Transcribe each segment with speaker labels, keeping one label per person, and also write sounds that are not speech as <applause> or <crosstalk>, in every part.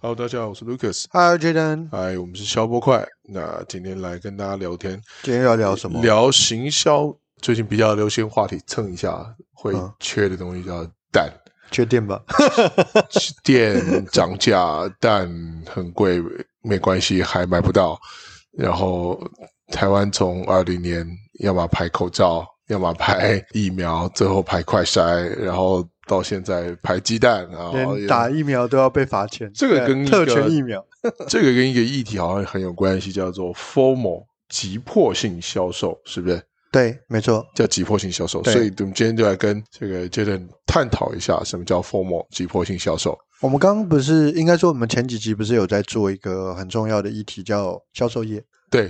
Speaker 1: Hello，大家好，我是 Lucas。
Speaker 2: Hi Jaden，
Speaker 1: 嗨，我们是消波快。那今天来跟大家聊天，
Speaker 2: 今天要聊什么？
Speaker 1: 聊行销最近比较流行话题，蹭一下会
Speaker 2: 嗯
Speaker 1: 缺的东西叫蛋， <laughs>
Speaker 2: 确定吧？
Speaker 1: 店涨价，蛋很贵，没关系，还买不到。然后台湾从二零年要么排口罩，要么排疫苗，最后排快筛，然后到现在排鸡蛋，然后
Speaker 2: 连打疫苗都要被罚钱，
Speaker 1: 哦这个跟一
Speaker 2: 对
Speaker 1: 个
Speaker 2: 特权疫苗，
Speaker 1: 这个跟一个议题好像很有关系，叫做 formal 急迫性销售，是不是？
Speaker 2: 对，没错，
Speaker 1: 叫急迫性销售，
Speaker 2: 对
Speaker 1: 所以我们今天就来跟这个 Jaden 探讨一下什么叫 formal 急迫性销售。
Speaker 2: 我们刚刚不是应该说我们前几集不是有在做一个很重要的议题叫销售业，
Speaker 1: 对，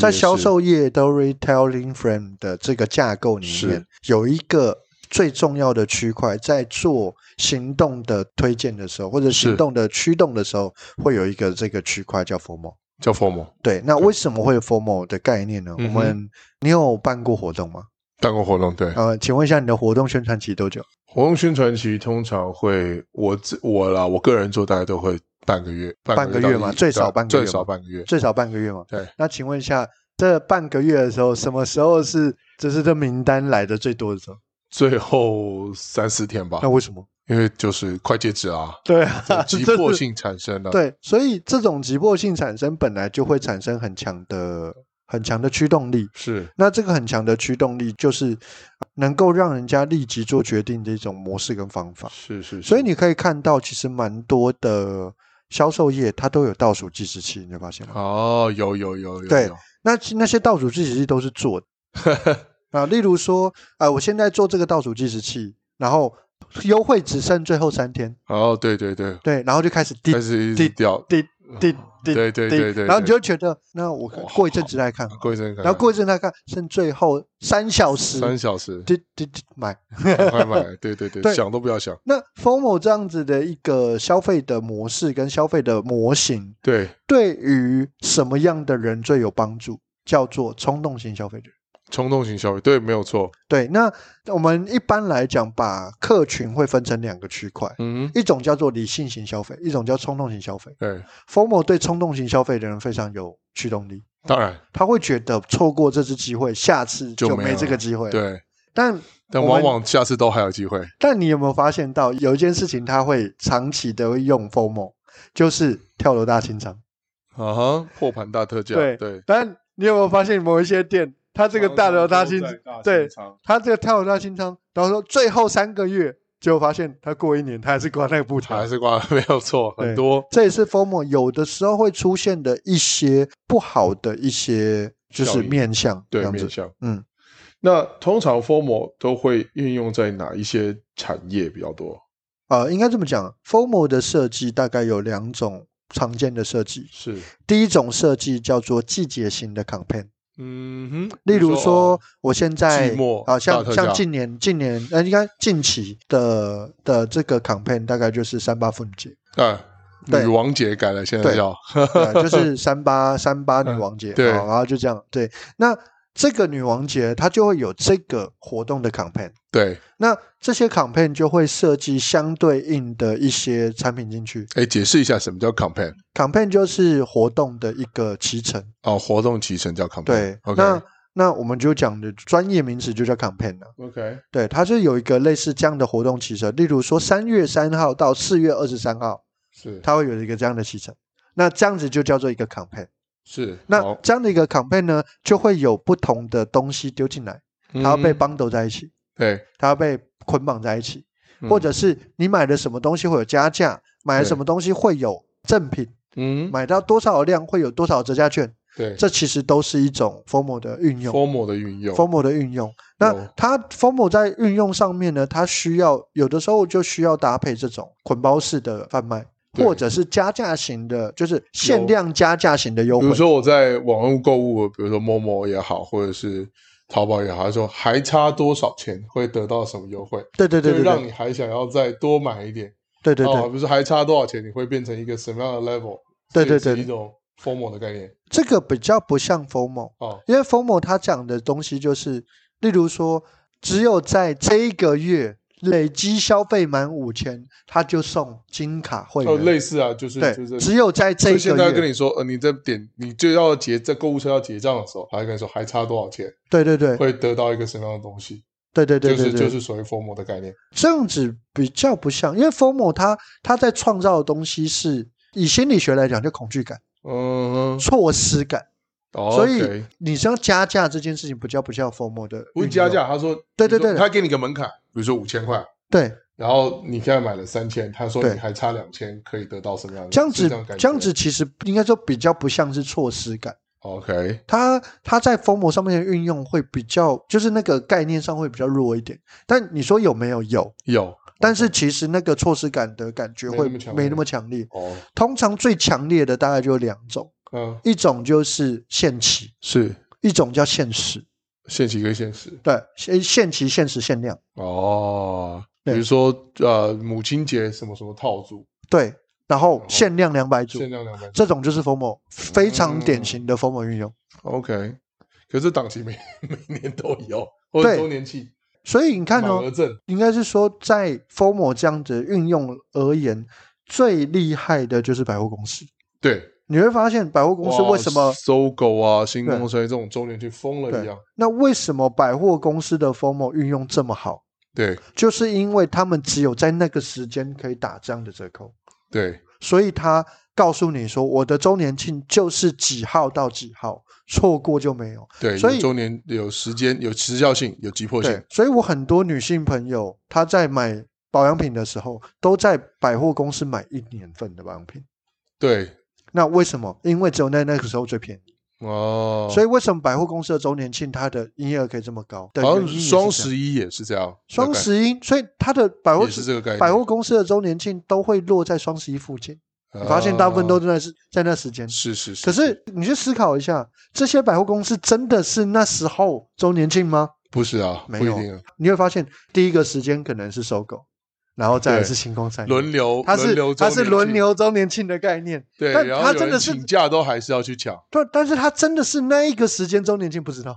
Speaker 2: 在
Speaker 1: 也是
Speaker 2: 销售业 storytelling frame 的这个架构里面
Speaker 1: 是
Speaker 2: 有一个。最重要的区块，在做行动的推荐的时候，或者
Speaker 1: 是
Speaker 2: 行动的驱动的时候，会有一个这个区块叫 formal。
Speaker 1: 叫 formal
Speaker 2: 对，那为什么会有 formal 的概念呢？我
Speaker 1: 嗯哼
Speaker 2: 们，你有办过活动吗？
Speaker 1: 办公活动，对，
Speaker 2: 呃，请问一下你的活动宣传期多久？
Speaker 1: 活动宣传期通常会我自我啦，我个人做大概都会半个月，
Speaker 2: 半个月
Speaker 1: 到
Speaker 2: 嘛
Speaker 1: 一
Speaker 2: 最少
Speaker 1: 到
Speaker 2: 半个月
Speaker 1: 最少
Speaker 2: 嘛
Speaker 1: 半个月。
Speaker 2: 最少半个月嘛。
Speaker 1: 对。
Speaker 2: 那请问一下，这半个月的时候，什么时候是就是这名单来的最多的时候？
Speaker 1: 最后三四天吧
Speaker 2: 那，为什么？
Speaker 1: 因为就是快截止啊，
Speaker 2: <laughs> 对啊，
Speaker 1: 急
Speaker 2: 这是
Speaker 1: 迫。性产生了。
Speaker 2: 对，所以这种急迫性产生本来就会产生很强的、很强的驱动力。
Speaker 1: 是
Speaker 2: 那这个很强的驱动力，就是能够让人家立即做决定的一种模式跟方法。
Speaker 1: 是是，
Speaker 2: 所以
Speaker 1: 是
Speaker 2: 你可以看到，其实蛮多的销售业它都有倒数计时器，你有发现吗？
Speaker 1: 哦，有有有有，
Speaker 2: 对
Speaker 1: 有
Speaker 2: 那其那些倒数计时器都是做的
Speaker 1: <laughs>
Speaker 2: 啊，例如说，啊，我现在做这个倒数计时器，然后优惠只剩最后三天，
Speaker 1: 哦，对对对，
Speaker 2: 对，然后就开始滴
Speaker 1: 开始一直
Speaker 2: 滴
Speaker 1: 掉，
Speaker 2: 滴滴滴，
Speaker 1: 对对对对
Speaker 2: 然后你
Speaker 1: 对
Speaker 2: 就觉得，那我
Speaker 1: 哇
Speaker 2: 过一阵子
Speaker 1: <laughs>
Speaker 2: 再看，
Speaker 1: 过一阵看看，
Speaker 2: 然后过一阵再看，剩最后三小时，
Speaker 1: 三小时，
Speaker 2: 滴滴滴买。
Speaker 1: 赶快买，对对对，
Speaker 2: 对
Speaker 1: 想都不要想，
Speaker 2: 那 FOMO 这样子的一个消费的模式跟消费的模型，
Speaker 1: 对，
Speaker 2: 对于什么样的人最有帮助？叫做冲动型消费者。
Speaker 1: 冲动型消费，对，没有错，
Speaker 2: 对，那我们一般来讲，把客群会分成两个区块，
Speaker 1: 嗯，
Speaker 2: 一种叫做理性型消费，一种叫冲动型消费。
Speaker 1: 对，
Speaker 2: FOMO 对冲动型消费的人非常有驱动力，
Speaker 1: 当然
Speaker 2: 他会觉得错过这次机会，下次
Speaker 1: 就
Speaker 2: 就
Speaker 1: 没
Speaker 2: 没
Speaker 1: 有
Speaker 2: 这个
Speaker 1: 了
Speaker 2: 机会。，
Speaker 1: 对，
Speaker 2: 但
Speaker 1: 但
Speaker 2: 我
Speaker 1: 往
Speaker 2: 们
Speaker 1: 往下次都还有机会，
Speaker 2: 但你有没有发现到有一件事情，他会长期的用 FOMO，就是跳楼大清仓。
Speaker 1: 啊哈，破盘大特价，
Speaker 2: 对
Speaker 1: 对，
Speaker 2: 但你有没有发现某一些店，他这个大楼大清，对他这个跳楼大清仓，然后说最后三个月，结果发现他过一年，他还是挂那个布条
Speaker 1: 还。是挂 <laughs> 没有错，很
Speaker 2: 对
Speaker 1: 多
Speaker 2: 这也是 FOMO 有的时候会出现的一些不好的一些就
Speaker 1: 效
Speaker 2: 是
Speaker 1: 应
Speaker 2: 面相，这
Speaker 1: 对
Speaker 2: 样子
Speaker 1: 面，向。
Speaker 2: 嗯，
Speaker 1: 那通常 formal 都会运用在哪一些产业比较多？
Speaker 2: 呃，应该这么讲，FOMO 的设计大概有两种常见的设计，
Speaker 1: 是，
Speaker 2: 第一种设计叫做季节型的 campaign，
Speaker 1: 嗯哼，
Speaker 2: 例如
Speaker 1: 哦
Speaker 2: 说我现在
Speaker 1: 季末
Speaker 2: 啊，
Speaker 1: 大特
Speaker 2: 像
Speaker 1: 价
Speaker 2: 像近年近年呃，应该近期的的这个 campaign 大概就是三八妇女
Speaker 1: <laughs>
Speaker 2: 节，
Speaker 1: 啊，
Speaker 2: 对
Speaker 1: 女王节改了，现在
Speaker 2: 对
Speaker 1: 叫
Speaker 2: 对啊就是三八三八女
Speaker 1: 嗯
Speaker 2: 王节，啊
Speaker 1: 对
Speaker 2: 好然后就这样，对。那这个女王节它就会有这个活动的 campaign，
Speaker 1: 对，
Speaker 2: 那这些 campaign 就会设计相对应的一些产品进去
Speaker 1: 哎，解释一下什么叫 campaign
Speaker 2: ，campaign 就是活动的一个骑乘，
Speaker 1: 哦，活动集成叫 campaign。
Speaker 2: 对。
Speaker 1: 嗯，OK，
Speaker 2: 那那我们就讲的专业名词就叫 campaign 了，
Speaker 1: OK，
Speaker 2: 对，它就有一个类似这样的活动骑乘，例如说三月三号到四月二十三号，
Speaker 1: 是
Speaker 2: 它会有一个这样的骑乘，那这样子就叫做一个 campaign。
Speaker 1: 是，
Speaker 2: 那
Speaker 1: 好
Speaker 2: 这样的一个 campaign 呢，就会有不同的东西丢进来，它要被
Speaker 1: 嗯
Speaker 2: 绑斗在一起，
Speaker 1: 对，
Speaker 2: 它要被捆绑在一起，
Speaker 1: 嗯
Speaker 2: 或者是你买的什么东西会有加价，买了
Speaker 1: 对
Speaker 2: 什么东西会有赠品，
Speaker 1: 嗯，
Speaker 2: 买到多少量会有多少折价券，
Speaker 1: 对
Speaker 2: 这其实都是一种 FOMO 的运用
Speaker 1: ，formal 的运用，
Speaker 2: ，FOMO 的运用。那
Speaker 1: 有
Speaker 2: 它 FOMO 在运用上面呢，它需要有的时候就需要搭配这种捆包式的贩卖，
Speaker 1: 对
Speaker 2: 或者是加价型的，就是
Speaker 1: 有
Speaker 2: 限量加价型的优
Speaker 1: 比
Speaker 2: 惠
Speaker 1: 如。说我在网络购物，比如说某某也好，或者是淘宝也好，他说还差多少钱会得到什么优惠，
Speaker 2: 对对对
Speaker 1: 就
Speaker 2: 对
Speaker 1: 让
Speaker 2: 对
Speaker 1: 你还想要再多买一点。
Speaker 2: 对对对
Speaker 1: 哦，。比如说还差多少钱，你会变成一个什么样的 level？这
Speaker 2: 对
Speaker 1: 也
Speaker 2: 对对
Speaker 1: 是
Speaker 2: 对
Speaker 1: 一种 formal 的概念
Speaker 2: 这个比较不像 FOMO，
Speaker 1: 哦，
Speaker 2: 因为 FOMO 它讲的东西就是，例如说，只有在这一个月累积消费满五千，他就送金卡会员。
Speaker 1: 哦，类似啊，就是就是
Speaker 2: 对，只有在这
Speaker 1: 所以
Speaker 2: 一
Speaker 1: 现在
Speaker 2: 个
Speaker 1: 跟
Speaker 2: 月，
Speaker 1: 你说，呃，你在点你就要结在购物车要结账的时候，还跟你说还差多少钱，
Speaker 2: 对对对
Speaker 1: 会得到一个什么样的东西，
Speaker 2: 对对对
Speaker 1: 就是
Speaker 2: 对对
Speaker 1: 就，是所谓 formal 的概念。
Speaker 2: 这样子比较不像，因为 FOMO 它它在创造的东西是以心理学来讲，就恐惧感、
Speaker 1: 嗯哼，
Speaker 2: 错失感，
Speaker 1: 哦
Speaker 2: 所以
Speaker 1: OK
Speaker 2: 你像加价这件事情，不叫不叫 FOMO 的
Speaker 1: 不
Speaker 2: 运
Speaker 1: 加
Speaker 2: 用
Speaker 1: 价，他说
Speaker 2: 嗯对对
Speaker 1: 比如说
Speaker 2: 对
Speaker 1: 他给你个门槛，比如说五千块，
Speaker 2: 对，
Speaker 1: 然后你现在买了三千，他说
Speaker 2: 对
Speaker 1: 你还差两千，可以得到什么样的？
Speaker 2: 这样
Speaker 1: 是
Speaker 2: 子
Speaker 1: 这样感觉
Speaker 2: 这样子其实应该说比较不像是错失感。
Speaker 1: ，OK，
Speaker 2: 它它在封魔上面的运用会比较，就是那个概念上会比较弱一点。但你说有没有有？
Speaker 1: 有
Speaker 2: 但是其实那个错失感的感觉
Speaker 1: 没
Speaker 2: 会
Speaker 1: 那么强烈
Speaker 2: 没那么强烈。
Speaker 1: 哦，
Speaker 2: 通常最强烈的大概就有两种，
Speaker 1: 嗯，
Speaker 2: 一种就是限期，
Speaker 1: 是
Speaker 2: 一种叫限时。
Speaker 1: 限期跟限时
Speaker 2: 对，限限期、限时、限量。
Speaker 1: 哦，比
Speaker 2: 对
Speaker 1: 如说呃母亲节什么什么套组，
Speaker 2: 对，然后
Speaker 1: 后
Speaker 2: 限量两百组，
Speaker 1: 限量嗯两百
Speaker 2: 这种就是封魔，非常典型的封魔运用。
Speaker 1: ，OK，可是档期每每年都有，或者
Speaker 2: 对
Speaker 1: 周年庆，
Speaker 2: 所以你看
Speaker 1: 满
Speaker 2: 哦
Speaker 1: 额，赠，
Speaker 2: 应该是说，在 FOMO 这样子运用而言，最厉害的就是百货公司。
Speaker 1: 对，
Speaker 2: 你会发现百货公司
Speaker 1: 哇
Speaker 2: 为什么？
Speaker 1: 搜狗啊、新
Speaker 2: 对
Speaker 1: 公司这种周年庆疯了一样，
Speaker 2: 那为什么百货公司的 FOMO 运用这么好？
Speaker 1: 对
Speaker 2: 就是因为他们只有在那个时间可以打这样的折扣，
Speaker 1: 对，
Speaker 2: 所以他告诉你说，我的周年庆就是几号到几号，错过就没有。
Speaker 1: 对，
Speaker 2: 所以
Speaker 1: 有周年有时间、有时效性、有急迫性
Speaker 2: 对，，所以我很多女性朋友她在买保养品的时候，都在百货公司买一年份的保养品。
Speaker 1: 对
Speaker 2: 那为什么？因为只有在那个时候最便宜，
Speaker 1: 哦，
Speaker 2: 所以为什么百货公司的周年庆它的营业额可以这么高？的
Speaker 1: 好
Speaker 2: 原
Speaker 1: 像
Speaker 2: 因也是
Speaker 1: 双
Speaker 2: 这样、
Speaker 1: 十一也是这样，
Speaker 2: 双十一，所以它的
Speaker 1: 大
Speaker 2: 百
Speaker 1: 概
Speaker 2: 货
Speaker 1: 也是这个概念，
Speaker 2: 百货公司的周年庆都会落在双十一附近。
Speaker 1: 啊
Speaker 2: 你发现大部分都在是在那时间，
Speaker 1: 是是是，
Speaker 2: 可是你去思考一下，这些百货公司真的是那时候周年庆吗？
Speaker 1: 不是啊，不
Speaker 2: 没
Speaker 1: 一
Speaker 2: 有
Speaker 1: 定啊，
Speaker 2: 你会发现第一个时间可能是搜狗，然后再来
Speaker 1: 对
Speaker 2: 是星光三月
Speaker 1: 轮流，
Speaker 2: 它是
Speaker 1: 轮流周
Speaker 2: 它是
Speaker 1: 年
Speaker 2: 轮
Speaker 1: 庆，
Speaker 2: 流周年庆的概念。
Speaker 1: 对，
Speaker 2: 但
Speaker 1: 然后
Speaker 2: 它
Speaker 1: 有
Speaker 2: 真
Speaker 1: 人
Speaker 2: 的是
Speaker 1: 请假都还是要去抢，
Speaker 2: 但但是它真的是那一个时间周年庆不知道，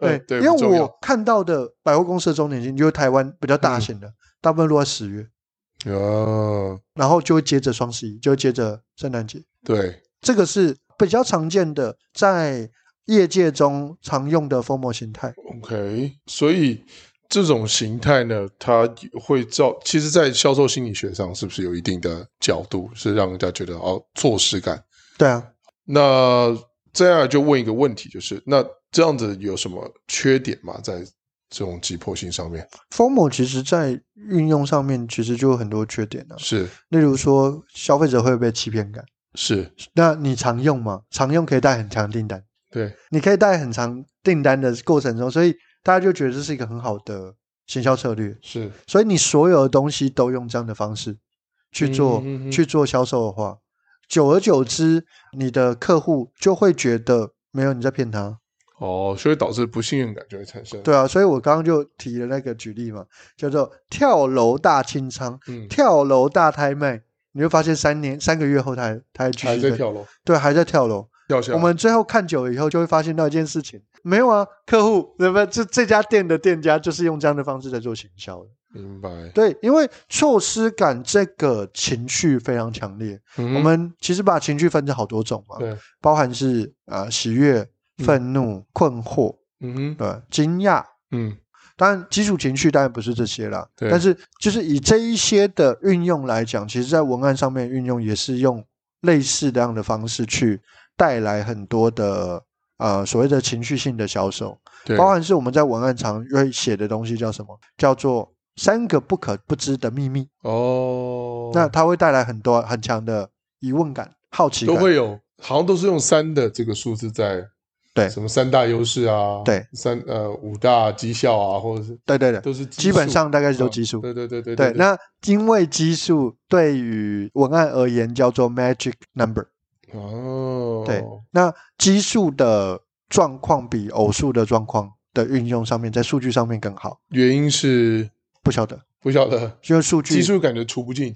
Speaker 2: 对，
Speaker 1: 呃 <laughs> 对，
Speaker 2: 因为
Speaker 1: 不重要嗯
Speaker 2: 我看到的百货公司的周年庆，就是台湾比较大型的，大部分落在十月，
Speaker 1: 哦，
Speaker 2: 然后就会接着双十一，就会接着圣诞节，
Speaker 1: 对，
Speaker 2: 这个是比较常见的，在业界中常用的封魔形态。
Speaker 1: OK，所以这种形态呢，它会造，其实，在销售心理学上，是不是有一定的角度，是让人家觉得哦，错失感？
Speaker 2: 对啊，
Speaker 1: 那这样就问一个问题，就是那这样子有什么缺点吗？在这种急迫性上面，
Speaker 2: 封魔其实在运用上面其实就有很多缺点啊，
Speaker 1: 是
Speaker 2: 例如说消费者会被欺骗感。
Speaker 1: 是，
Speaker 2: 那你常用吗？常用可以带很长订单，
Speaker 1: 对，
Speaker 2: 你可以带很长订单的过程中，所以大家就觉得这是一个很好的行销策略。
Speaker 1: 是
Speaker 2: 所以你所有的东西都用这样的方式去做、
Speaker 1: 嗯嗯嗯
Speaker 2: 去做销售的话，久而久之，你的客户就会觉得没有你在骗他。
Speaker 1: 哦，所以导致不信任感就会产生。，
Speaker 2: 对啊，所以我刚刚就提了那个举例嘛，叫做跳楼大清仓、
Speaker 1: 嗯，
Speaker 2: 跳楼大拍卖，你会发现三年三个月后它还它还继
Speaker 1: 还
Speaker 2: 续
Speaker 1: 在跳楼，啊
Speaker 2: 对，还在跳楼。
Speaker 1: 掉下来。
Speaker 2: 我们最后看久了以后，就会发现到一件事情：没有啊，客户，那么这这家店的店家就是用这样的方式在做行销的。
Speaker 1: 明白。
Speaker 2: 对，因为错失感这个情绪非常强烈。
Speaker 1: 嗯
Speaker 2: 我们其实把情绪分成好多种嘛，
Speaker 1: 对，
Speaker 2: 包含是啊、呃喜悦、
Speaker 1: 嗯
Speaker 2: 愤怒、困惑、
Speaker 1: 嗯哼
Speaker 2: 对、惊讶。
Speaker 1: 嗯，
Speaker 2: 当然，基础情绪当然不是这些啦，
Speaker 1: 对
Speaker 2: 但是就是以这一些的运用来讲，其实在文案上面运用也是用类似这样的方式去带来很多的呃所谓的情绪性的销售，
Speaker 1: 对，
Speaker 2: 包含是我们在文案常会写的东西叫什么？叫做三个不可不知的秘密。
Speaker 1: 哦，
Speaker 2: 那它会带来很多很强的疑问感、好奇
Speaker 1: 都
Speaker 2: 感，
Speaker 1: 会有，好像都是用三的这个数字在
Speaker 2: 对
Speaker 1: 什么三大优势啊，
Speaker 2: 对，
Speaker 1: 三呃五大绩效啊，或者是
Speaker 2: 对对对，
Speaker 1: 都是基
Speaker 2: 基本
Speaker 1: 数
Speaker 2: 上大概是都
Speaker 1: 嗯
Speaker 2: 基数。
Speaker 1: 对对对对
Speaker 2: 对，那因为基数对于文案而言叫做 magic number。
Speaker 1: 哦，
Speaker 2: 对，那基数的状况比偶数的状况的运用上面，在数据上面更好，
Speaker 1: 原因是
Speaker 2: 不晓得，
Speaker 1: 不晓得
Speaker 2: 因为数据
Speaker 1: 基数感觉除不尽，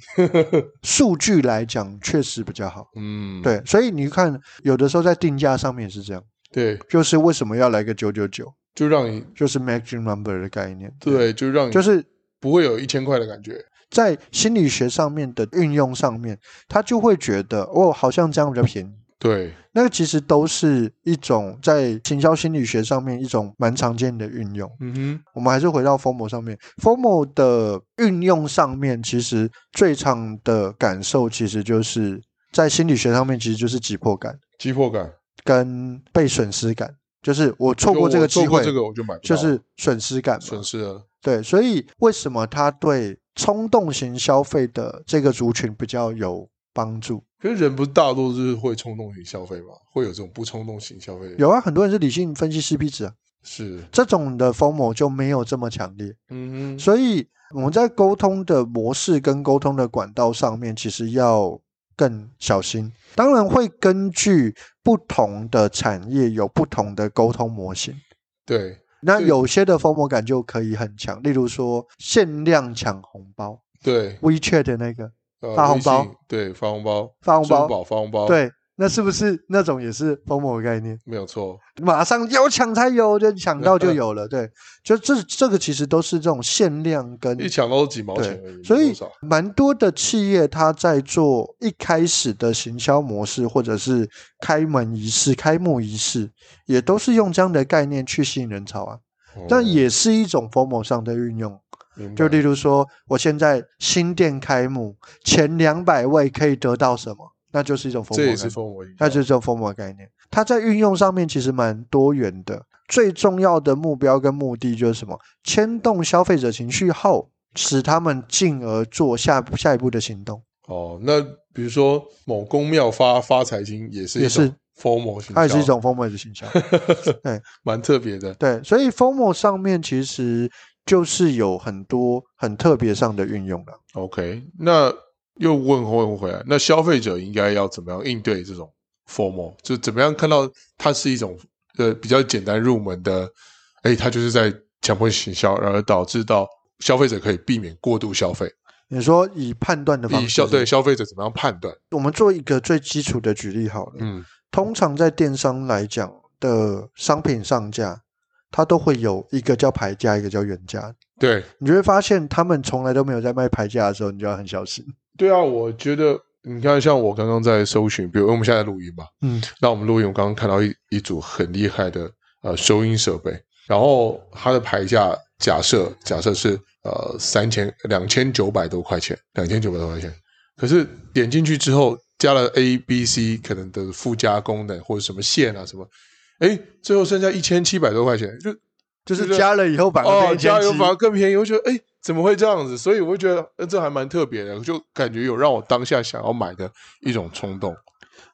Speaker 2: 数据来讲确实比较好。
Speaker 1: 嗯，
Speaker 2: 对，所以你看，有的时候在定价上面也是这样，
Speaker 1: 对，
Speaker 2: 就是为什么要来个九九九，
Speaker 1: 就让你
Speaker 2: 就是 magic number 的概念。，
Speaker 1: 对，就让你
Speaker 2: 就是
Speaker 1: 不会有一千块的感觉。
Speaker 2: 在心理学上面的运用上面，他就会觉得哦，好像这样比较便宜。
Speaker 1: 对，
Speaker 2: 那个其实都是一种在行销心理学上面一种蛮常见的运用。
Speaker 1: 嗯
Speaker 2: 我们还是回到 FOMO 上面，FOMO 的运用上面，其实最常的感受其实就是在心理学上面，其实就是急迫感
Speaker 1: 哼，急迫感。
Speaker 2: 跟被损失感，就是我错过这个
Speaker 1: 就我
Speaker 2: 机
Speaker 1: 错过
Speaker 2: 会，
Speaker 1: 这个我就买不到，
Speaker 2: 就是损失感嘛。
Speaker 1: 损失了。
Speaker 2: 对，所以为什么他对冲动型消费的这个族群比较有帮助？
Speaker 1: 可是人不是大多是会冲动型消费嘛，会有这种不冲动型消费的。
Speaker 2: 有啊，很多人是理性分析 CP 值啊，
Speaker 1: 是，
Speaker 2: 这种的 FOMO 就没有这么强烈。
Speaker 1: 嗯哼，
Speaker 2: 所以我们在沟通的模式跟沟通的管道上面，其实要更小心。当然会根据不同的产业有不同的沟通模型。
Speaker 1: 对，
Speaker 2: 那
Speaker 1: 对
Speaker 2: 有些的 FOMO 感就可以很强，例如说限量抢红包
Speaker 1: 对，
Speaker 2: ，WeChat 的那个
Speaker 1: 呃
Speaker 2: 发红，包
Speaker 1: 微信对，发红包，
Speaker 2: 发红
Speaker 1: 支付
Speaker 2: 包，
Speaker 1: 宝发红包，，
Speaker 2: 对，那是不
Speaker 1: 嗯
Speaker 2: 是那种也是 FOMO 的概念？
Speaker 1: 没有错，
Speaker 2: 马上要抢才有，就抢到就有了。对，就这这个其实都是这种限量跟
Speaker 1: 一抢都是几毛钱而已，
Speaker 2: 对，所
Speaker 1: 没
Speaker 2: 以
Speaker 1: 多少
Speaker 2: 蛮多的企业，它在做一开始的行销模式，或者是开门仪式、开幕仪式，也都是用这样的概念去吸引人潮啊。
Speaker 1: 哦
Speaker 2: 但也是一种 formal 上的运用，就例
Speaker 1: 这
Speaker 2: 如说，我现在新店开幕前两百位可以得到什么，那就是一种 formal
Speaker 1: 这也
Speaker 2: 概
Speaker 1: 是
Speaker 2: 念
Speaker 1: 疯魔营销，
Speaker 2: 那就是这种 formal 的概念。它在运用上面其实蛮多元的，最重要的目标跟目的就是什么？牵动消费者情绪后，使他们进而做下下一步的行动，
Speaker 1: 哦。那比如说某公庙发发财金，也是一
Speaker 2: 也是
Speaker 1: 种疯魔型，
Speaker 2: 它也是一种 formal 的行销。
Speaker 1: <laughs> 蛮特别的。
Speaker 2: 对，所以 formal 上面其实就是有很多很特别上的运用了。
Speaker 1: OK，那又问问回来，那消费者应该要怎么样应对这种 formal？就怎么样看到它是一种呃比较简单入门的，哎，它就是在强迫行销，然而导致到消费者可以避免过度消费，
Speaker 2: 你说以判断的方
Speaker 1: 以
Speaker 2: 式，
Speaker 1: 消对，消费者怎么样判断？
Speaker 2: 我们做一个最基础的举例好了。
Speaker 1: 嗯，
Speaker 2: 通常在电商来讲的商品上架，它都会有一个叫牌价，一个叫原价。
Speaker 1: 对，
Speaker 2: 你就会发现他们从来都没有在卖牌价的时候，你就要很小心。
Speaker 1: 对啊，我觉得你看，像我刚刚在搜寻，比如因为我们现在在录音嘛，
Speaker 2: 嗯，
Speaker 1: 那我们录音，我刚刚看到一一组很厉害的呃收音设备，然后它的牌价假设假设是呃三千两千九百多块钱，两千九百多块钱，可是点进去之后加了 A、B、C 可能的附加功能或者什么线啊什么，哎，最后剩下一千七百多块钱，就
Speaker 2: <laughs> 就是加了以后反而
Speaker 1: 哦
Speaker 2: 变
Speaker 1: 加
Speaker 2: 千
Speaker 1: 油
Speaker 2: 七
Speaker 1: 反而更便宜，我就觉得哎。怎么会这样子？所以我会觉得，呃，这还蛮特别的，就感觉有让我当下想要买的一种冲动，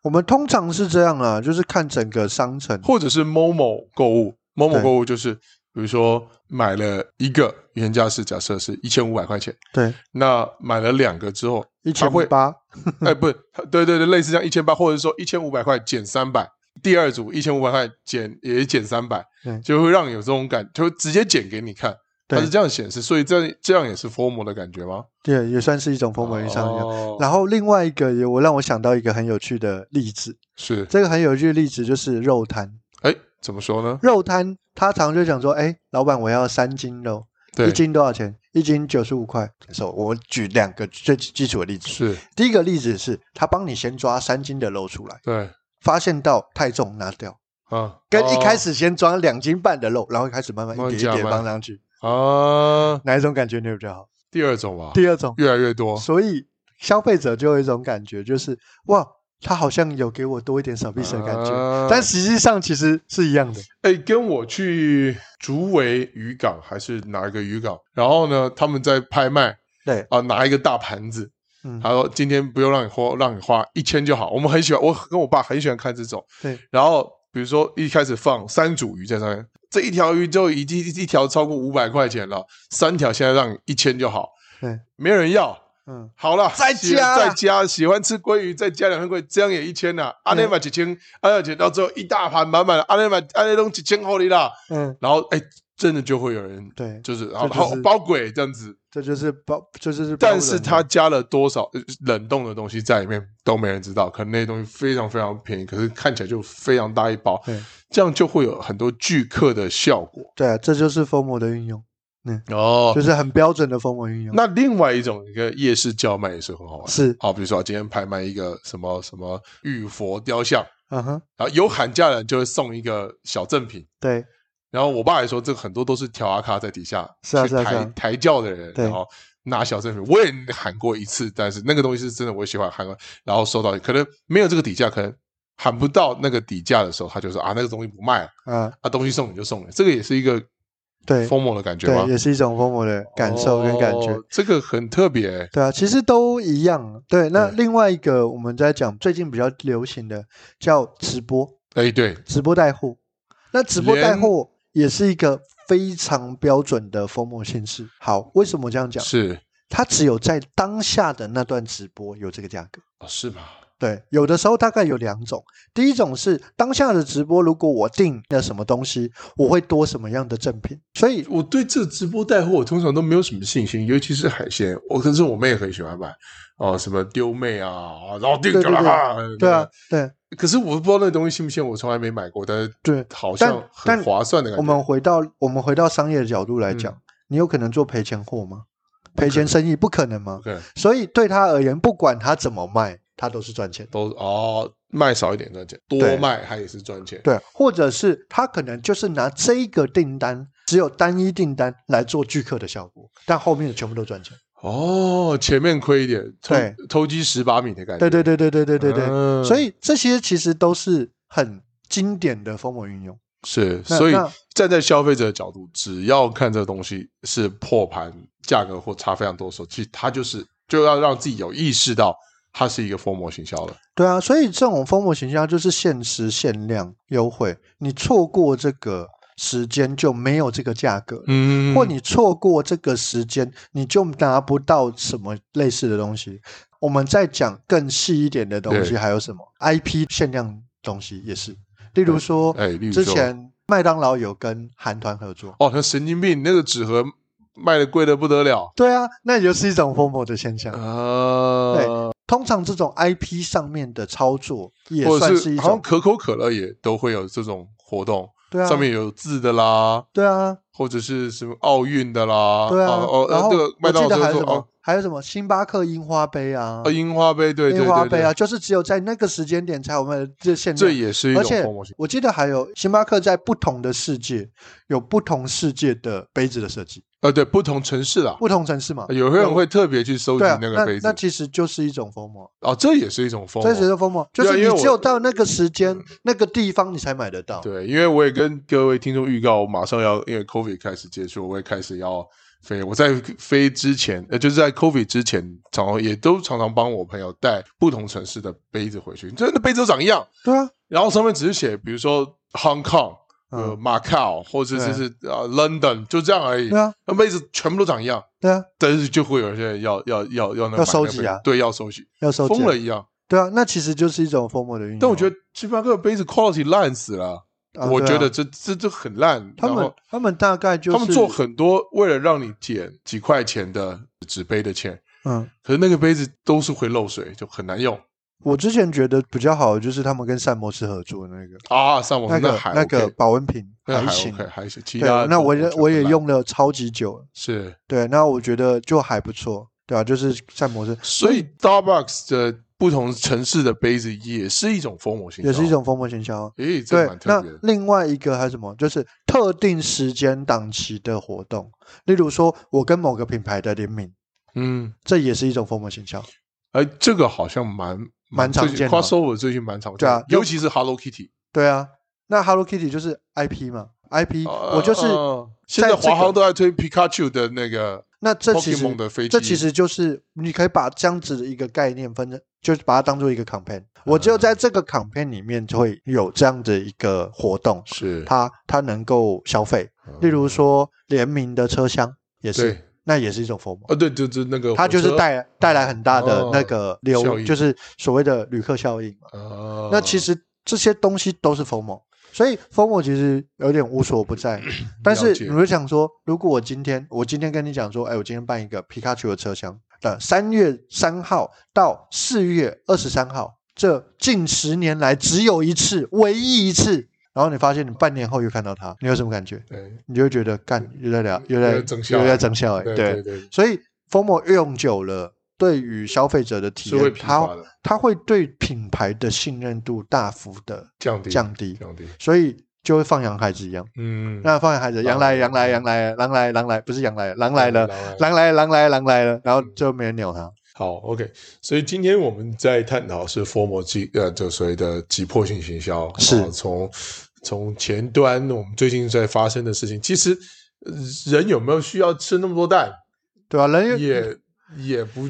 Speaker 2: 我们通常是这样啊，就是看整个商城。
Speaker 1: 或者是 Momo 购物，Momo
Speaker 2: 对
Speaker 1: 购物就是比如说买了一个原价是假设是一千五百块钱，
Speaker 2: 对，
Speaker 1: 那买了两个之
Speaker 2: <laughs>
Speaker 1: 后，
Speaker 2: 一千
Speaker 1: 会
Speaker 2: 八，
Speaker 1: 哎，不是，对对对，类似这样一千八，或者说一千五百块减三百，第二组一千五百块减也减三百
Speaker 2: 对，
Speaker 1: 就会让你有这种感，就直接减给你看。它
Speaker 2: 对
Speaker 1: 是这样显示，所以这样这样也是 formal 的感觉吗？
Speaker 2: 对，也算是一种风格上的。
Speaker 1: 哦
Speaker 2: 然后另外一个也我让我想到一个很有趣的例子，
Speaker 1: 是，
Speaker 2: 这个很有趣的例子就是肉摊，
Speaker 1: 哎，怎么说呢？
Speaker 2: 肉摊他常就讲说，哎，老板我要三斤肉，
Speaker 1: 对
Speaker 2: 一，斤多少钱？一斤九十五块。手，我举两个最基础的例子。
Speaker 1: 是，
Speaker 2: 第一个例子是他帮你先抓三斤的肉出来，
Speaker 1: 对
Speaker 2: 发现到太重拿掉，
Speaker 1: 啊，
Speaker 2: 跟一开
Speaker 1: 始
Speaker 2: 始先抓两斤半的肉，然后开始慢慢一点
Speaker 1: 慢慢哦
Speaker 2: 一点
Speaker 1: 加嘛
Speaker 2: 放上去，
Speaker 1: 啊，
Speaker 2: 哪一种感觉你会比较好？
Speaker 1: 第二种吧，
Speaker 2: 第二种，
Speaker 1: 越来越多，
Speaker 2: 所以消费者就有一种感觉，就是哇，他好像有给我多一点小 piece 的感觉，
Speaker 1: 啊
Speaker 2: 但实际上其实是一样的。
Speaker 1: 哎，跟我去竹围渔港还是哪一个渔港？然后呢，他们在拍卖
Speaker 2: 对，
Speaker 1: 啊，拿一个大盘子，
Speaker 2: 嗯，
Speaker 1: 他说今天不用让你花，让你花一千就好。我们很喜欢，我跟我爸很喜欢看这种。
Speaker 2: 对，
Speaker 1: 然后比如说一开始放三组鱼在上面，这一条鱼就已经一条超过五百块钱了，三条现在让你一千就好。
Speaker 2: 对，
Speaker 1: 没人要。
Speaker 2: 嗯，
Speaker 1: 好了，
Speaker 2: 再
Speaker 1: 喜
Speaker 2: 加啦
Speaker 1: 再加，喜欢吃鲑鱼再加两份鲑鱼，这样也一千
Speaker 2: 嗯
Speaker 1: 呐。阿内玛几千，阿内姐到最后一大盘满满的，阿内玛阿内东几千后里啦。
Speaker 2: 嗯，
Speaker 1: 然后哎，真的就会有人
Speaker 2: 对，
Speaker 1: 就是好
Speaker 2: 这就是
Speaker 1: 好包鬼这样子，
Speaker 2: 这就是包，这就是包
Speaker 1: 但是
Speaker 2: 人的
Speaker 1: 它加了多少呃冷冻的东西在里面都没人知道，可能那些东西非常非常便宜，可是看起来就非常大一包
Speaker 2: 对，
Speaker 1: 这样就会有很多聚客的效果。
Speaker 2: 对啊，这就是 FOMO 的运用。嗯，
Speaker 1: 哦
Speaker 2: 就，是很标准的风文运用。
Speaker 1: 那另外一种一个夜市叫卖也是很好玩，
Speaker 2: 是，
Speaker 1: 好，比如说啊今天拍卖一个什么什么玉佛雕像，
Speaker 2: 嗯哼，
Speaker 1: 然后有喊价的人就会送一个小赠品。
Speaker 2: 对，
Speaker 1: 然后我爸也说，这个很多都是调阿卡在底下
Speaker 2: 是啊
Speaker 1: 去
Speaker 2: 是啊
Speaker 1: 抬
Speaker 2: 是啊
Speaker 1: 抬轿的人，
Speaker 2: 对
Speaker 1: 然后拿小赠品。我也喊过一次，但是那个东西是真的我喜欢喊过，然后收到可能没有这个底价，可能喊不到那个底价的时候，他就说啊那个东西不卖了，
Speaker 2: 啊，
Speaker 1: 啊东西送你就送你，这个也是一个
Speaker 2: 对，
Speaker 1: 疯魔的感觉吗
Speaker 2: 对，？也是一种风文的感受跟感觉。
Speaker 1: 哦这个很特别。欸
Speaker 2: 对啊，其实都一样。啊对，那
Speaker 1: 嗯对
Speaker 2: 另外一个我们在讲最近比较流行的叫直播，
Speaker 1: 哎，对，
Speaker 2: 直播带货。那直播带
Speaker 1: 连
Speaker 2: 货也是一个非常标准的封魔形式。好，为什么这样讲？
Speaker 1: 是
Speaker 2: 它只有在当下的那段直播有这个价格。
Speaker 1: 哦是吗？
Speaker 2: 对，有的时候大概有两种，第一种是当下的直播，如果我订了什么东西，我会多什么样的赠品，所以
Speaker 1: 我对这直播带货，我通常都没有什么信心，尤其是海鲜。我可是我妹也很喜欢买哦，什么丢妹啊，啊然后定
Speaker 2: 对对
Speaker 1: 个啦，
Speaker 2: 对啊，，对
Speaker 1: 可是我不知道那东西新不新，我从来没买过，但是
Speaker 2: 对，
Speaker 1: 好像
Speaker 2: 但
Speaker 1: 很划算的感觉。
Speaker 2: 我们回到我们回到商业的角度来讲，你有可能做赔钱货吗？赔钱生意嗯不可能吗？
Speaker 1: OK
Speaker 2: 所以对他而言，不管他怎么卖，他都是赚钱的。
Speaker 1: 都哦，卖少一点赚钱，多
Speaker 2: 对
Speaker 1: 卖它也是赚钱。
Speaker 2: 对，或者是他可能就是拿这一个订单，只有单一订单来做聚客的效果，但后面的全部都赚钱。
Speaker 1: 哦，前面亏一点，偷
Speaker 2: 对
Speaker 1: 偷鸡十八米的感觉。
Speaker 2: 对对对对对对对对。
Speaker 1: 嗯
Speaker 2: 所以这些其实都是很经典的风魔运用。
Speaker 1: 是，
Speaker 2: 那
Speaker 1: 所以
Speaker 2: 那
Speaker 1: 站在消费者的角度，只要看这个东西是破盘价格或差非常多的时候，其实它就是就要让自己有意识到它是一个疯魔行销了。
Speaker 2: 对啊，所以这种封魔形象就是限时限量优惠，你错过这个时间就没有这个价格了，
Speaker 1: 嗯
Speaker 2: 或你错过这个时间，你就拿不到什么类似的东西。我们再讲更细一点的东西，
Speaker 1: 对
Speaker 2: 还有什么 IP 限量东西也是，例如说，
Speaker 1: 哎，例如
Speaker 2: 之
Speaker 1: 说
Speaker 2: 前麦当劳有跟韩团合作，
Speaker 1: 哦，那神经病那个纸盒卖的贵的不得了
Speaker 2: 对啊，那也就是一种封魔的现
Speaker 1: 嗯
Speaker 2: 象。
Speaker 1: 啊，
Speaker 2: 通常这种 IP 上面的操作也
Speaker 1: 或
Speaker 2: 算
Speaker 1: 者
Speaker 2: 是一
Speaker 1: 是好像
Speaker 2: 种，
Speaker 1: 可口可乐也都会有这种活动，
Speaker 2: 对啊，
Speaker 1: 上面有字的啦。
Speaker 2: 对啊。
Speaker 1: 或者是什么奥运的啦，
Speaker 2: 对啊，
Speaker 1: 哦，
Speaker 2: 然
Speaker 1: 呃
Speaker 2: 后
Speaker 1: 这个麦
Speaker 2: 我
Speaker 1: 当
Speaker 2: 记
Speaker 1: 劳
Speaker 2: 得还
Speaker 1: 就
Speaker 2: 有
Speaker 1: 说
Speaker 2: 什么
Speaker 1: 哦，，
Speaker 2: 还有什么星巴克樱花杯啊
Speaker 1: 哦，樱花杯，对对
Speaker 2: 樱花
Speaker 1: 对
Speaker 2: 杯啊，
Speaker 1: 对，
Speaker 2: 就是只有在那个时间点才有卖的这限
Speaker 1: 这
Speaker 2: 量。
Speaker 1: 也是一
Speaker 2: 而
Speaker 1: 种
Speaker 2: 且
Speaker 1: 疯魔行
Speaker 2: 我记得还有星巴克在不同的世界有不同世界的杯子的设计，
Speaker 1: 呃，对，不同城市啦，
Speaker 2: 不同城市嘛。
Speaker 1: 有些人会特别去收集
Speaker 2: 对啊，
Speaker 1: 那
Speaker 2: 那
Speaker 1: 个杯子
Speaker 2: 那，其实就是一种疯魔，
Speaker 1: 哦，这也是一种风
Speaker 2: 这
Speaker 1: 魔。
Speaker 2: 只是疯魔，就
Speaker 1: 对啊
Speaker 2: 是
Speaker 1: 因为
Speaker 2: 你
Speaker 1: 我
Speaker 2: 只有到那个时间、那个地方你才买得到。
Speaker 1: 哦对，因为我也跟各位听众预告，我马上要因为 COVID 开始接触，我也开始要飞。我在飞之前，呃，就是在 COVID 之前，常常也都常常帮我朋友带不同城市的杯子回去，真的杯子都长一样，
Speaker 2: 对啊，
Speaker 1: 然后上面只是写，比如说 Hong Kong。呃，
Speaker 2: 嗯，
Speaker 1: 马cao 或者是是啊、呃 London，就这样而已
Speaker 2: 对。啊，
Speaker 1: 那杯子全部都长一样，
Speaker 2: 对啊，
Speaker 1: 但是就会有些人要要要要那个
Speaker 2: 要
Speaker 1: 买
Speaker 2: 收
Speaker 1: 那
Speaker 2: 集
Speaker 1: 杯
Speaker 2: 啊
Speaker 1: 对，要收集，
Speaker 2: 要收集
Speaker 1: 疯了一样。
Speaker 2: 对啊，那其实就是一种疯魔的运用。
Speaker 1: 但我觉得星巴克的杯子 quality 烂死了，
Speaker 2: 嗯啊，
Speaker 1: 我
Speaker 2: 对
Speaker 1: 觉
Speaker 2: 啊
Speaker 1: 得这这这很烂。
Speaker 2: 他
Speaker 1: 然
Speaker 2: 们
Speaker 1: 后
Speaker 2: 他们大概就是
Speaker 1: 他们做很多为了让你减几块钱的纸杯的钱，
Speaker 2: 嗯，
Speaker 1: 可是那个杯子都是会漏水，就很难用
Speaker 2: 我之前觉得比较好的就是他们跟膳魔师合作的那个
Speaker 1: 啊。上网
Speaker 2: 那个
Speaker 1: 还
Speaker 2: 那个
Speaker 1: OK，
Speaker 2: 保温瓶
Speaker 1: 那
Speaker 2: 还
Speaker 1: 还
Speaker 2: 行，
Speaker 1: OK 还行，其
Speaker 2: 对啊
Speaker 1: 他，
Speaker 2: 那
Speaker 1: 都
Speaker 2: 我也
Speaker 1: 觉得
Speaker 2: 我也
Speaker 1: 烂
Speaker 2: 用了超级久了，
Speaker 1: 是，
Speaker 2: 对，那我觉得就还不错，对吧、就是膳魔师
Speaker 1: 所以 Starbucks 的不同城市的杯子也是一种疯魔型，
Speaker 2: 也是一，种疯魔行销。啊
Speaker 1: 哦诶，这
Speaker 2: 对
Speaker 1: 蛮，特
Speaker 2: 那
Speaker 1: 别的。
Speaker 2: 另外一个还有什么？就是特定时间档期的活动，例如说我跟某个品牌的联名，
Speaker 1: 嗯，
Speaker 2: 这也是一种疯魔行销。
Speaker 1: 哎，这个好像蛮
Speaker 2: 蛮常
Speaker 1: 最近
Speaker 2: 见的
Speaker 1: crossover 最近蛮常见
Speaker 2: 对啊
Speaker 1: 的，尤其是 Hello Kitty。
Speaker 2: 对啊，那 Hello Kitty 就是 IP 嘛，IP 我就是、
Speaker 1: 呃现在
Speaker 2: 在这
Speaker 1: 华
Speaker 2: 个
Speaker 1: 航都在推 Pikachu 的那个
Speaker 2: 那这其实
Speaker 1: Pokemon 的飞机，
Speaker 2: 这其实就是你可以把这样子的一个概念分成，就是把它当做一个 campaign。我
Speaker 1: 嗯
Speaker 2: 只有在这个 campaign 里面就会有这样的一个活动，
Speaker 1: 是
Speaker 2: 它它能够消费。
Speaker 1: 嗯
Speaker 2: 例如说联名的车厢也是
Speaker 1: 对，
Speaker 2: 那也是一种 f o
Speaker 1: 哦，对，就是那个
Speaker 2: 它
Speaker 1: 火
Speaker 2: 就是
Speaker 1: 车哦
Speaker 2: 带带来很大的那个流，
Speaker 1: 效益
Speaker 2: 就是所谓的旅客效应嘛。
Speaker 1: 哦
Speaker 2: 那其实这些东西都是 f o 所以 f o 其实有点无所
Speaker 1: <coughs>
Speaker 2: 不在。但
Speaker 1: 了
Speaker 2: 是
Speaker 1: 解
Speaker 2: 你会想说，如果我今天我今天跟你讲说，哎，我今天办一个皮卡丘的车厢，呃，三月三号到四月二十三号，这近十年来只有一次，唯一一次，然后你发现你半年后又看到它，你有什么感觉？
Speaker 1: 对
Speaker 2: 你就会觉得干又在聊，又
Speaker 1: 又
Speaker 2: 在
Speaker 1: 在增效啊
Speaker 2: 又在增效哎、
Speaker 1: 对
Speaker 2: 对，
Speaker 1: 对，
Speaker 2: 所以 FOMO 用久了，对于消费者的体
Speaker 1: 是会
Speaker 2: 验，
Speaker 1: 疲乏
Speaker 2: 它
Speaker 1: 的，
Speaker 2: 它会对品牌的信任度大幅的
Speaker 1: 降低
Speaker 2: 降低，
Speaker 1: 降低，
Speaker 2: 所以就会放养孩子一样。
Speaker 1: 嗯，
Speaker 2: 那放养孩子，羊来羊来羊来狼来狼来，不是羊来狼来了，狼来狼来狼来了，然
Speaker 1: 嗯
Speaker 2: 后就没人鸟它。
Speaker 1: 好，OK，所以今天我们在探讨是 formal 急呃，就所谓的急迫性行销，
Speaker 2: 是
Speaker 1: 啊从从前端我们最近在发生的事情，其实呃人有没有需要吃那么多蛋，
Speaker 2: 对吧、啊人也，
Speaker 1: 也也
Speaker 2: <laughs>
Speaker 1: 不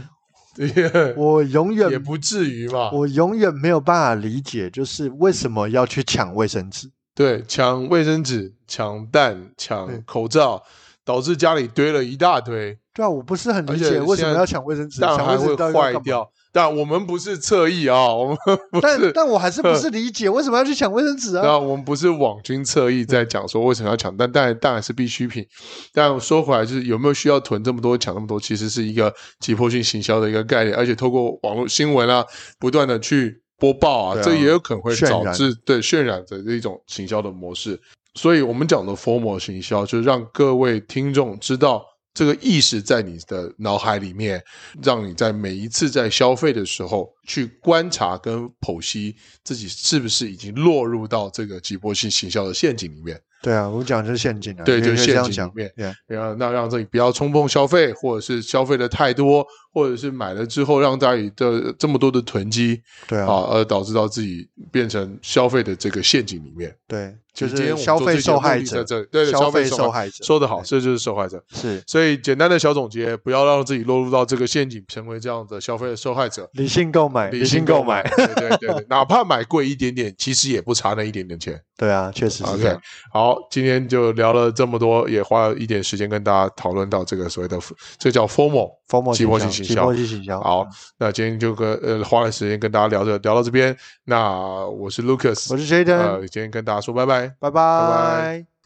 Speaker 1: 也
Speaker 2: 我永远
Speaker 1: 也不至于嘛，
Speaker 2: 我永远没有办法理解，就是为什么要去抢卫生纸？
Speaker 1: 对，抢卫生纸、抢蛋、
Speaker 2: 对
Speaker 1: 抢口罩，导致家里堆了一大堆，
Speaker 2: 对啊，我不是很
Speaker 1: 而
Speaker 2: 理
Speaker 1: 且
Speaker 2: 解为什
Speaker 1: 现
Speaker 2: 么
Speaker 1: 在
Speaker 2: 要抢卫生纸，
Speaker 1: 蛋
Speaker 2: 抢
Speaker 1: 还
Speaker 2: 卫生
Speaker 1: 会
Speaker 2: 纸到底要
Speaker 1: 坏
Speaker 2: 干嘛
Speaker 1: 掉。但我们不是侧翼啊，我们不
Speaker 2: 但
Speaker 1: 是
Speaker 2: 但我还是不
Speaker 1: <laughs>
Speaker 2: 是理解为什么要去抢卫生纸啊？
Speaker 1: 那我们不是网军侧翼在讲说为什么要抢蛋，但当然是必需品。但说回来，就是有没有需要囤这么多、抢那么多，其实是一个急迫性行销的一个概念，而且透过网络新闻啊，不断的去播报啊，
Speaker 2: 对啊
Speaker 1: 这也有可能会
Speaker 2: 渲染
Speaker 1: 导致对渲染的一种行销的模式。所以我们讲的 formal 行销，就是让各位听众知道这个意识在你的脑海里面，让你在每一次在消费的时候去观察跟剖析自己是不是已经落入到这个急迫性行销的陷阱里面。
Speaker 2: 对啊，我讲的是陷阱啊，
Speaker 1: 对
Speaker 2: 你可以
Speaker 1: 就是
Speaker 2: 这样
Speaker 1: 陷阱
Speaker 2: 讲
Speaker 1: 里面。
Speaker 2: 对啊
Speaker 1: 然后那让自己不要冲动消费，或者是消费的太多，或者是买了之后让家里的这么多的囤积
Speaker 2: 对啊，
Speaker 1: 啊，而导致到自己变成消费的这个陷阱里面。
Speaker 2: 对，就
Speaker 1: 今天
Speaker 2: 是
Speaker 1: 我们
Speaker 2: 消
Speaker 1: 做这
Speaker 2: 费
Speaker 1: 节
Speaker 2: 受
Speaker 1: 目
Speaker 2: 害
Speaker 1: 的
Speaker 2: 者
Speaker 1: 在，这里对对
Speaker 2: 消
Speaker 1: 消费受
Speaker 2: 受
Speaker 1: 害
Speaker 2: 害者
Speaker 1: 说得好，这就是受害者。
Speaker 2: 是
Speaker 1: 所以简单的小总结，不要让自己落入到这个陷阱，成为这样的消费的受害者。
Speaker 2: 理性购买，理性购买，
Speaker 1: 对对对对，哪怕买贵一点点，其实也不差那一点点钱。
Speaker 2: 对啊，确实是这
Speaker 1: OK，
Speaker 2: 样。
Speaker 1: 好，今天就聊了这么多，也花了一点时间跟大家讨论到这个所谓的这叫 formal。
Speaker 2: 疯魔
Speaker 1: 寂寞性
Speaker 2: 行
Speaker 1: 行
Speaker 2: 销，
Speaker 1: 销
Speaker 2: 寂寞性行销，
Speaker 1: 好，那今天就跟呃花了时间跟大家聊着聊到这边，那我是 Lucas，呃
Speaker 2: 我是 Jaden，
Speaker 1: 呃，今天跟大家说拜拜。
Speaker 2: 拜
Speaker 1: 拜
Speaker 2: 拜。